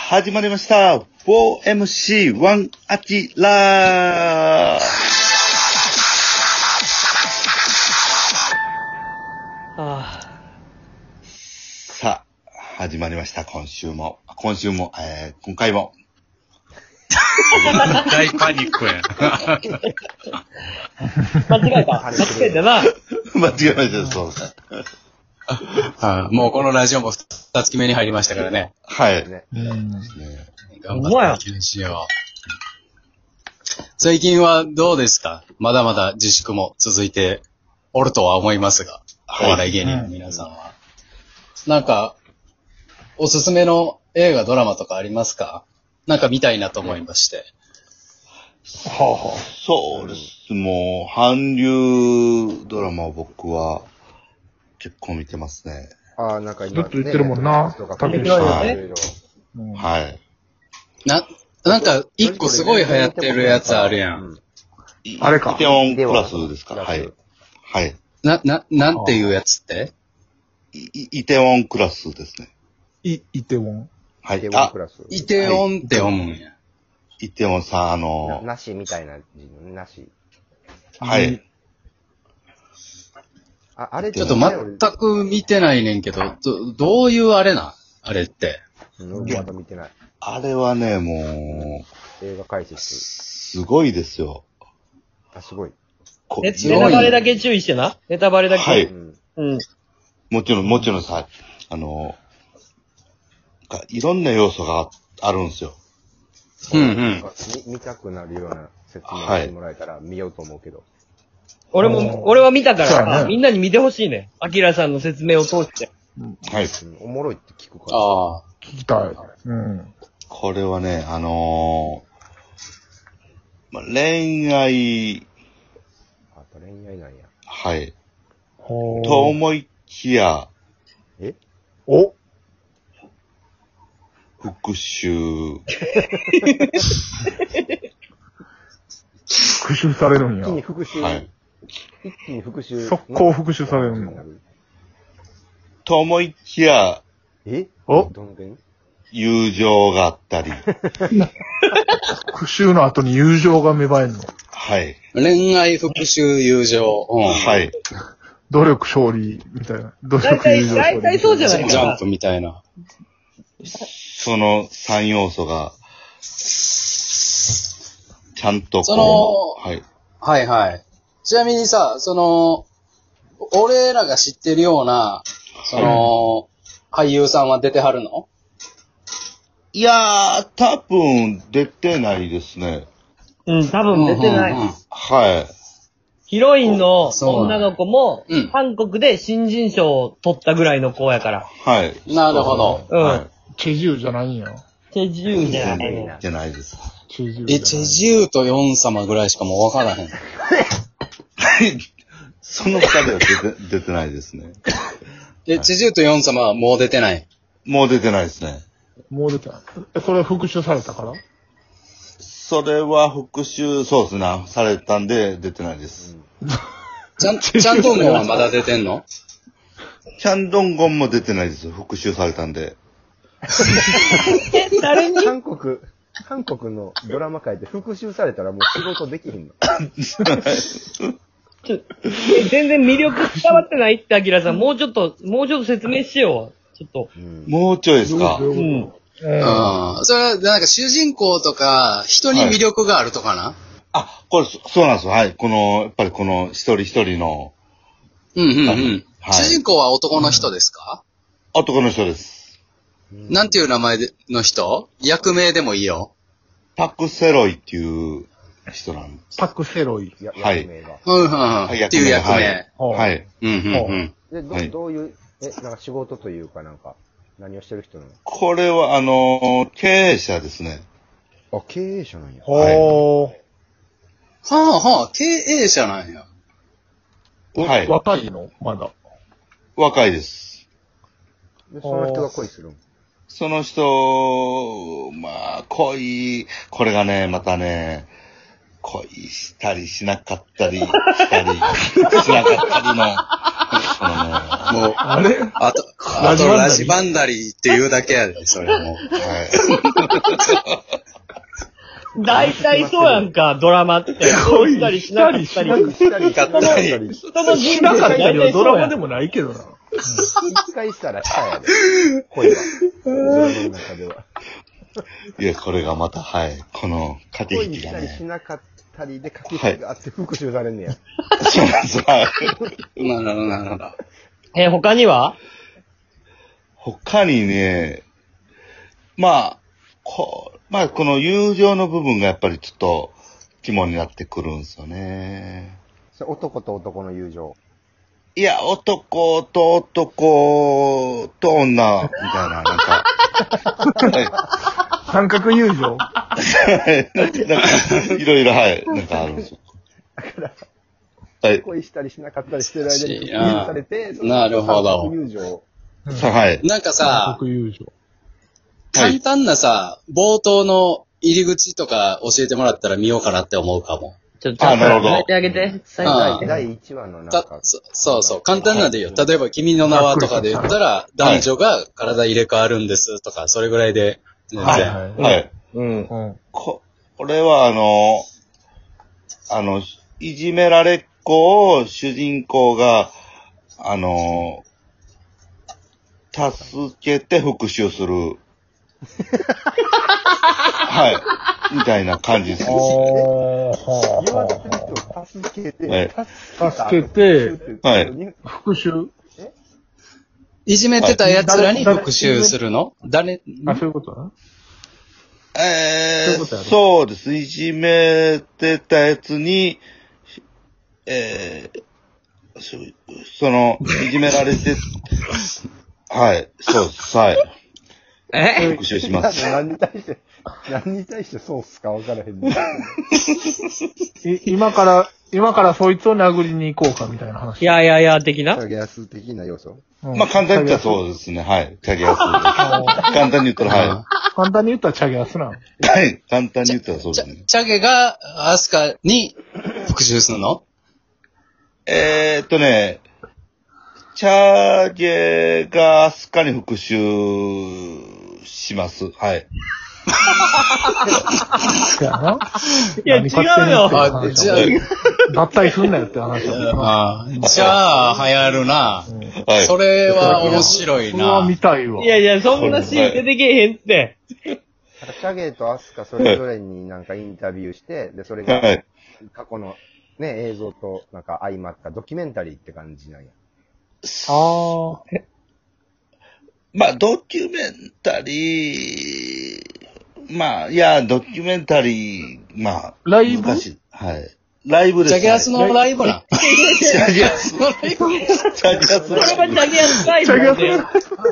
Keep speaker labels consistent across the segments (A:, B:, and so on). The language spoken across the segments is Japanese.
A: 始まりました 4MC1 アキラー
B: あ
A: さあ、始まりました、今週も。今週も、えー、今回も。
C: 大パニックやん。
B: あ。間違えた。間違えたな。
A: 間違えました、そうです。
C: あもうこのラジオも二月目に入りましたからね。
A: はい。ね
B: うん。
C: 頑張っていきましょう。最近はどうですかまだまだ自粛も続いておるとは思いますが、
A: はい
C: お笑い芸人の皆さんは。なんか、おすすめの映画、ドラマとかありますかなんか見たいなと思いまして。
A: そうです。もう、韓流ドラマを僕は結構見てますね。
D: ああ、なんか今、
E: ずっと言ってるもんな
D: とか
E: たけ
B: しさん
D: いろいろ
A: はい。
C: な、なんか、一個すごい流行ってるやつあるやん。
D: う
A: い
E: あれか
A: イテオンプラスですか
D: では
A: はい。はい。
C: な、な、なんていうやつって
A: いいイテオンクラスですね。
E: い、イテウォン。
A: は
D: イテ
A: い。
D: ウォン
A: あ
D: ク、ラス。
C: イテオンって思うんや。
A: イテオンさん、あ
D: な
A: の、
D: なしみたいな字の、なし。
A: はい。
D: あ、あれ
C: ちょっと全く見てないねんけど、どどういうあれなんあれって。
D: うんまだ見てない。
A: あれはね、もう、
D: 映画解説。
A: すごいですよ。
D: あ、すごい。
A: こ
B: ネ
C: すごい
B: ネタバレだけ注意してな。ネタバレだけ。
A: は
D: う
A: い
D: ん。
B: うん。
A: もちろん、もちろんさ、あの、がいろんな要素があるんですよ。
C: うんう
D: なん
C: ん。
D: か見見たくなるような説明してもらえたら見ようと思うけど。
B: 俺
E: うん
B: も、俺は見たから
E: そうや
B: さ、
E: ね
B: みんなに見てほしいね。アキラさんの説明を通して。
A: はい。
D: うんおもろいって聞くから。
C: ああ。
E: 聞きたい。うん。
A: これはね、あのーまあ、恋愛、
D: あ、やっぱ恋愛なんや。
A: はい。
E: ほ
A: と思いきや、
D: え
E: お
A: 復讐。
E: 復讐されるん
D: 一気に
E: や。
D: 復讐。
A: はい。
D: 一気に復讐。
E: 速攻復讐されるの。
D: の。
A: と思いきや、
D: え
E: お
D: どんでん
A: 友情があったり。
E: 復讐の後に友情が芽生えるの。
A: はい。
C: 恋愛、復讐、友情。うん。。
A: はいい。
E: 努力勝利みたいな。努力
B: 大体、
E: 友情勝
B: 大。
E: 利
B: 体そうじゃ
C: ジ
B: ない
C: ャ
B: か
C: ン
B: な
C: プ。みたいな。
A: その三要素が、ちゃんと
C: そ
A: こ
C: の
A: う、はい。
C: はいはい。ちなみにさ、その、俺らが知ってるような、その、俳優さんは出てはるの
A: いやー、多分出てないですね。
B: うん、多分出てな
C: うんうんうん
B: い。
A: はい。
B: ヒロインの
C: そうな
B: 女
C: んだ
B: の子も
C: うん、
B: 韓国で新人賞を取ったぐらいの子やから。
A: はい。
C: なるほど。
B: う
A: は
B: ん
A: い。
E: チェジュじゃないんや。
B: チェジュンじ
A: 出
B: ゃ
A: て
B: ない
A: ないじゃないです。
E: チェジュじゃない。
C: え、チェジューとヨン様ぐらいしかもうわからへん。
A: その二人は出て、 出てないですね。
C: え、チェジューとヨン様はもう出てない。
A: もう出てないですね。
E: もう出た。え、それは復讐されたから
A: それは復讐、そうですね、されたんで出てないです。
C: ちゃ ん、ちゃんとんごはまだ出てんの
A: チャンドンゴンも出てないです。復讐されたんで。
B: え、誰に
D: 韓国、韓国のドラマ界で復讐されたらもう仕事できひんの。
B: ちょ全然魅力伝わってないって、アキラさん。もうちょっと、もうちょっと説明しよう。ちょっと。
D: うん。
A: もうちょいですか
E: どう
B: う
E: いうこ
B: ん。
C: うんそれは、なんか主人公とか、人に魅力があるとかな、
A: あ、これ、そそうなんですよ。はい。この、やっぱりこの一人一人の
C: うんうんうん。
A: はい
C: 主人公は男の人ですか、
A: 男の人です。
C: なんていう名前での人役名でもいいよ。
A: パクセロイっていう人なんです。
E: とパクセロイ。
D: や、
A: はい
D: 役名が。
C: うんうんうん。っていう役名。
A: はいは。い。
C: うんうんうん。
D: で、ど、
A: はい
D: どういう、え、なんか仕事というかなんか、何をしてる人なの
A: これは、あの、経営者ですね。
D: あ、経営者なんや。
E: ほ
C: はあはあ、経営者なんや。
E: ー。
A: はい。
E: 若いのまだ。
A: 若いです。
D: で、その人が恋するん。
A: その人、まあ、恋、これがね、またね、 恋したりしなかったり、したり、しなかったりの、あの、もう、
E: あれ
A: あと、あとラジバンダリーっていうだけやで、それも。はい。
B: 大体そうやんか、ドラマって。そうしたりしなかったり。人
E: 恋
D: したり
A: 買ったり
B: の
E: し
B: 人
E: な
B: 生
E: かった
B: 大
E: りは
B: 体
E: ド
B: そうや
E: ラマで
B: ん。
E: もないけどな。
D: 一回したらしたやで。恋は。自分の中では。
A: いや、これがまた、はい。この、駆け
D: 恋
A: 引
D: に
A: き
D: し
A: が
D: たりし
A: ね。
D: なかったりで駆け引きがあって復讐されんねや。
A: そうなんです。はい。なるほど、なるほど。
B: え、他には
A: 他にね、まあ、こう、まあ、この友情の部分がやっぱりちょっと、肝になってくるんですよね。
D: それ男と男の友情。
A: いや、男と男と女、みたいな、なんか。は
E: 三角友情。
A: いなんか、いろいろ、はい、なんかあるんですよ。はい、
D: 恋したりしなかったりしてる間に復
C: いや
D: 讐されて、その
C: なるほど
D: 男友情。
A: さはい。
C: なんかさ、
E: 国友情。
A: はい
C: 簡単なさ、冒頭の入り口とか教えてもらったら見ようかなって思うかも。
B: ちょ、ちょ、
A: あなるほど
B: 伝えてあげて。伝えてあ
C: あ
B: げて。
D: 第1話のなん
C: た
D: か、
C: そそうそう、簡単なんでいいよ。例えば、君の名はとかで言ったら、男女が体入れ替わるんですとか、それぐらいで、全然。
E: はい
A: はい。
D: うん。
E: うん。
A: こ、これはあの、あの、いじめられっ子を主人公が、あの、助けて復讐す る。はい。みたいな感じです。は
E: お
D: 言われ
E: ー
D: てる人を助けて、
A: はい
E: 助けて、
A: はい
E: 復讐。
C: いじめてた奴らに復讐するの誰、
E: あ、そういうことな。
A: え
E: そういうこと
A: ー、
E: やろ
A: そうです。いじめてたやつに、えー、そその、いじめられて、はい、そうです。はい。
B: え
A: 復讐します。
D: 何に対して、何に対してそうっすか分からへんね。
E: い今から、今からそいつを殴りに行こうかみたいな話。
B: いやいやいや、的な
D: 影安的な要素。
E: うん
A: まあ簡単に言ったらそうですね。はい。キャリア数。 簡単に言ったら、は
E: 簡単に言ったらチャゲアスな。
A: い。はい。簡単に言ったらそうで
C: チ
A: すね
C: ャ。チャゲがアスカに復讐するの
A: えーっとね、チャーゲーがアスカに復讐します。はい。
E: そやな。
B: いや
E: 何勝手に言ってんの
B: 違
C: あ、じゃあ、
E: 脱退すんなよって話だもんな。
C: あじゃあ、流行るな。
A: はい。
C: それは面白い
E: それは
C: な
E: 見。たいわ。
B: いやいや、そんなシーン出てけえへんって。
D: なんかシャゲとアスカそれぞれになんかインタビューして、で、それが
A: はい。
D: 過去のね、映像となんか相まったドキュメンタリーって感じなんや。
E: あー
A: まあ、ドキュメンタリー、まあ、いや、ドキュメンタリー、まあ、
E: ライブ
A: 難しいはい。ライブで
C: チ
A: す、
C: ャゲアスのライブな。
A: チャゲアス。
C: そのライ
A: チ
C: ブ
A: ャゲアス
B: これはチャゲアスタイルで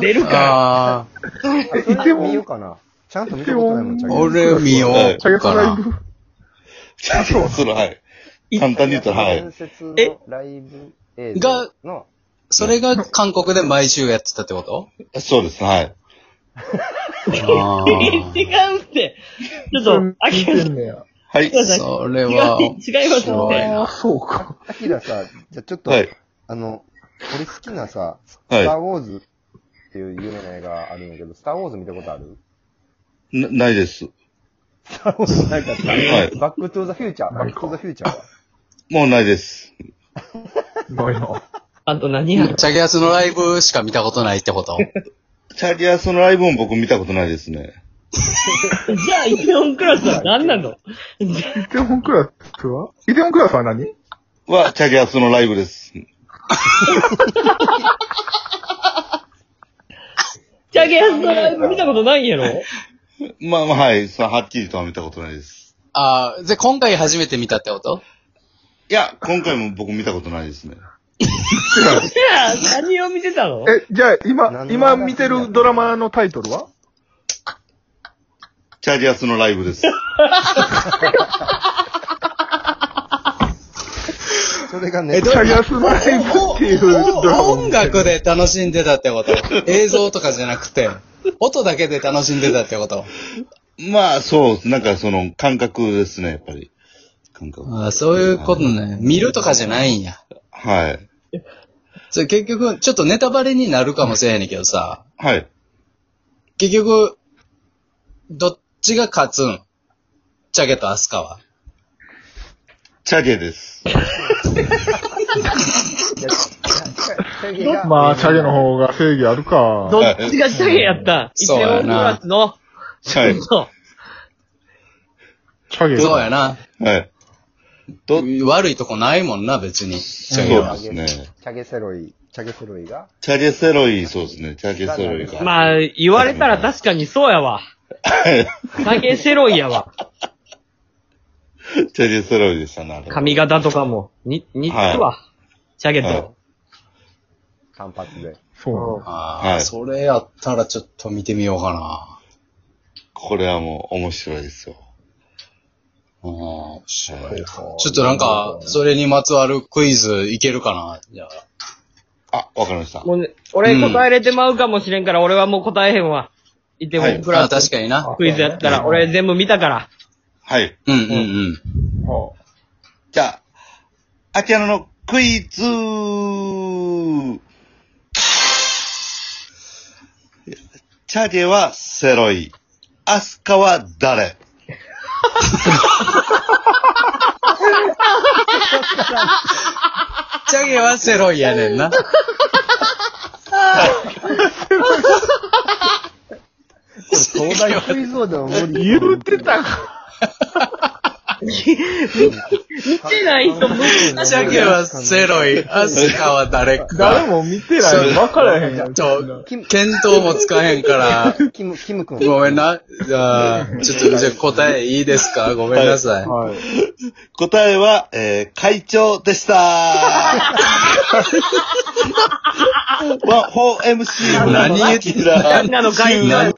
B: 出るか
C: あ
D: それ見ようかな。ちゃんと見たことないもん、チ
C: あ、
D: ャゲ。
C: 俺見ようかな。
A: チャゲアスの、はい。簡単に言ったら、はい
D: 伝。説のライブ映像の、
C: それが韓国で毎週やってたってこと
A: そうです、はい。
C: あ
B: ら。違うって。ちょっと、あ
E: 見
B: き
E: て
B: らさん、違
E: んねや。
A: はい。
B: う
C: それは、
B: 違いますっ
C: 面白い
B: て。
E: あーそうか。
D: アキラさ、じゃあちょっと、
A: はい。
D: あの、俺好きなさ、スタ
A: は
D: ー
A: い
D: ウォーズっていう有名な映画あるんやけど、スターウォーズ見たことある
A: な、ないです。
D: スターウォーズなんかった
A: はい
D: バックトゥーザフューチャー、バックトゥーザフューチャーは。
A: もうないです。
E: ごいな。
B: あと何や
C: チャゲアスのライブしか見たことないってこと
A: チャリアスのライブも僕見たことないですね。
B: じゃあ、イテオンクラスは何なの
E: イテウォンクラスはイテウォンクラスは何
A: は、チャリアスのライブです。
B: チャゲアスのライブ見たことないんやろ
A: まあまあ、はい。さはっきりとは見たことないです。
C: ああ、で、今回初めて見たってこと
A: いや、今回も僕見たことないですね。
B: じゃあ、何を見てたの
E: え、じゃあ今
D: 何、の
E: 今見てるドラマのタイトルは
A: チャリアスのライブです。
D: それがね、
E: チャゲアスライブっていうドラマ
C: お
E: を
C: お音
E: 見てる
C: 楽で楽しんでたって こと映像とかじゃなくて、音だけで楽しんでたってこと
A: まあ、そうです。なんかその感覚ですね、やっぱり。感覚。
C: ああ、そういうことね。見るとかじゃないんや。
A: はい。
C: それ結局、ちょっとネタバレになるかもしれへんねんけどさ、
A: はい。
C: 結局、どっちが勝つんチャゲとアスカは。
A: チャゲです。
E: まあ、チャゲの方が正義あるか。
B: どっちがチャゲやった一
C: そうや
B: 応、
C: な
B: 月の、
A: はい。
B: そう。
E: チャゲ
C: そうやな。
A: はい。ど
C: 悪いとこないもんな、別に。チャゲは。
A: そうですね。
D: チャゲセロイ、チャゲセロイが
A: チャゲセロイ、そうですね。チャゲセロイが。
B: まあ、言われたら確かにそうやわ。チャゲセロイやわ。
A: チャゲセロイでしたな。あれは
B: 髪型とかも、に、似てるわ。チャゲ
A: はい
B: と。
D: 単発で。
E: そう
C: あ
A: は
C: あ、
A: い
C: それやったらちょっと見てみようかな。
A: これはもう面白いですよ。
C: うん、面白いなちょっとなんか、それにまつわるクイズいけるかなじゃあ。
A: あ、わかりました。
B: もうね、俺答えれてまうかもしれんから、俺はもう答えへんわ。いても
A: はい
B: プラ
C: あ確
B: ス
C: かにな。
B: クイズやったら、俺全部見たから。
A: はい。
C: うんうんうん。
A: じゃあ、秋山のクイズチャゲはセロイ。アスカは誰
C: チャゲはセロイやねんな。
D: 東大クイズ王で も無理。
E: 言うてたか。
B: 見てない人無理
C: チャゲはセロイ、アスカは誰か。
E: 誰も見てない。わからへんやん。
C: ちょ、見当もつかへんから、
D: キム、キム君。
C: ごめんな。じゃあ、ちょっと、じゃあ答えいいですかごめんなさい。
E: はい。
A: 答えは、えー、会長で した。ワン、ホー MC 村
C: 何言って
A: 明
B: みんなの会議
C: 何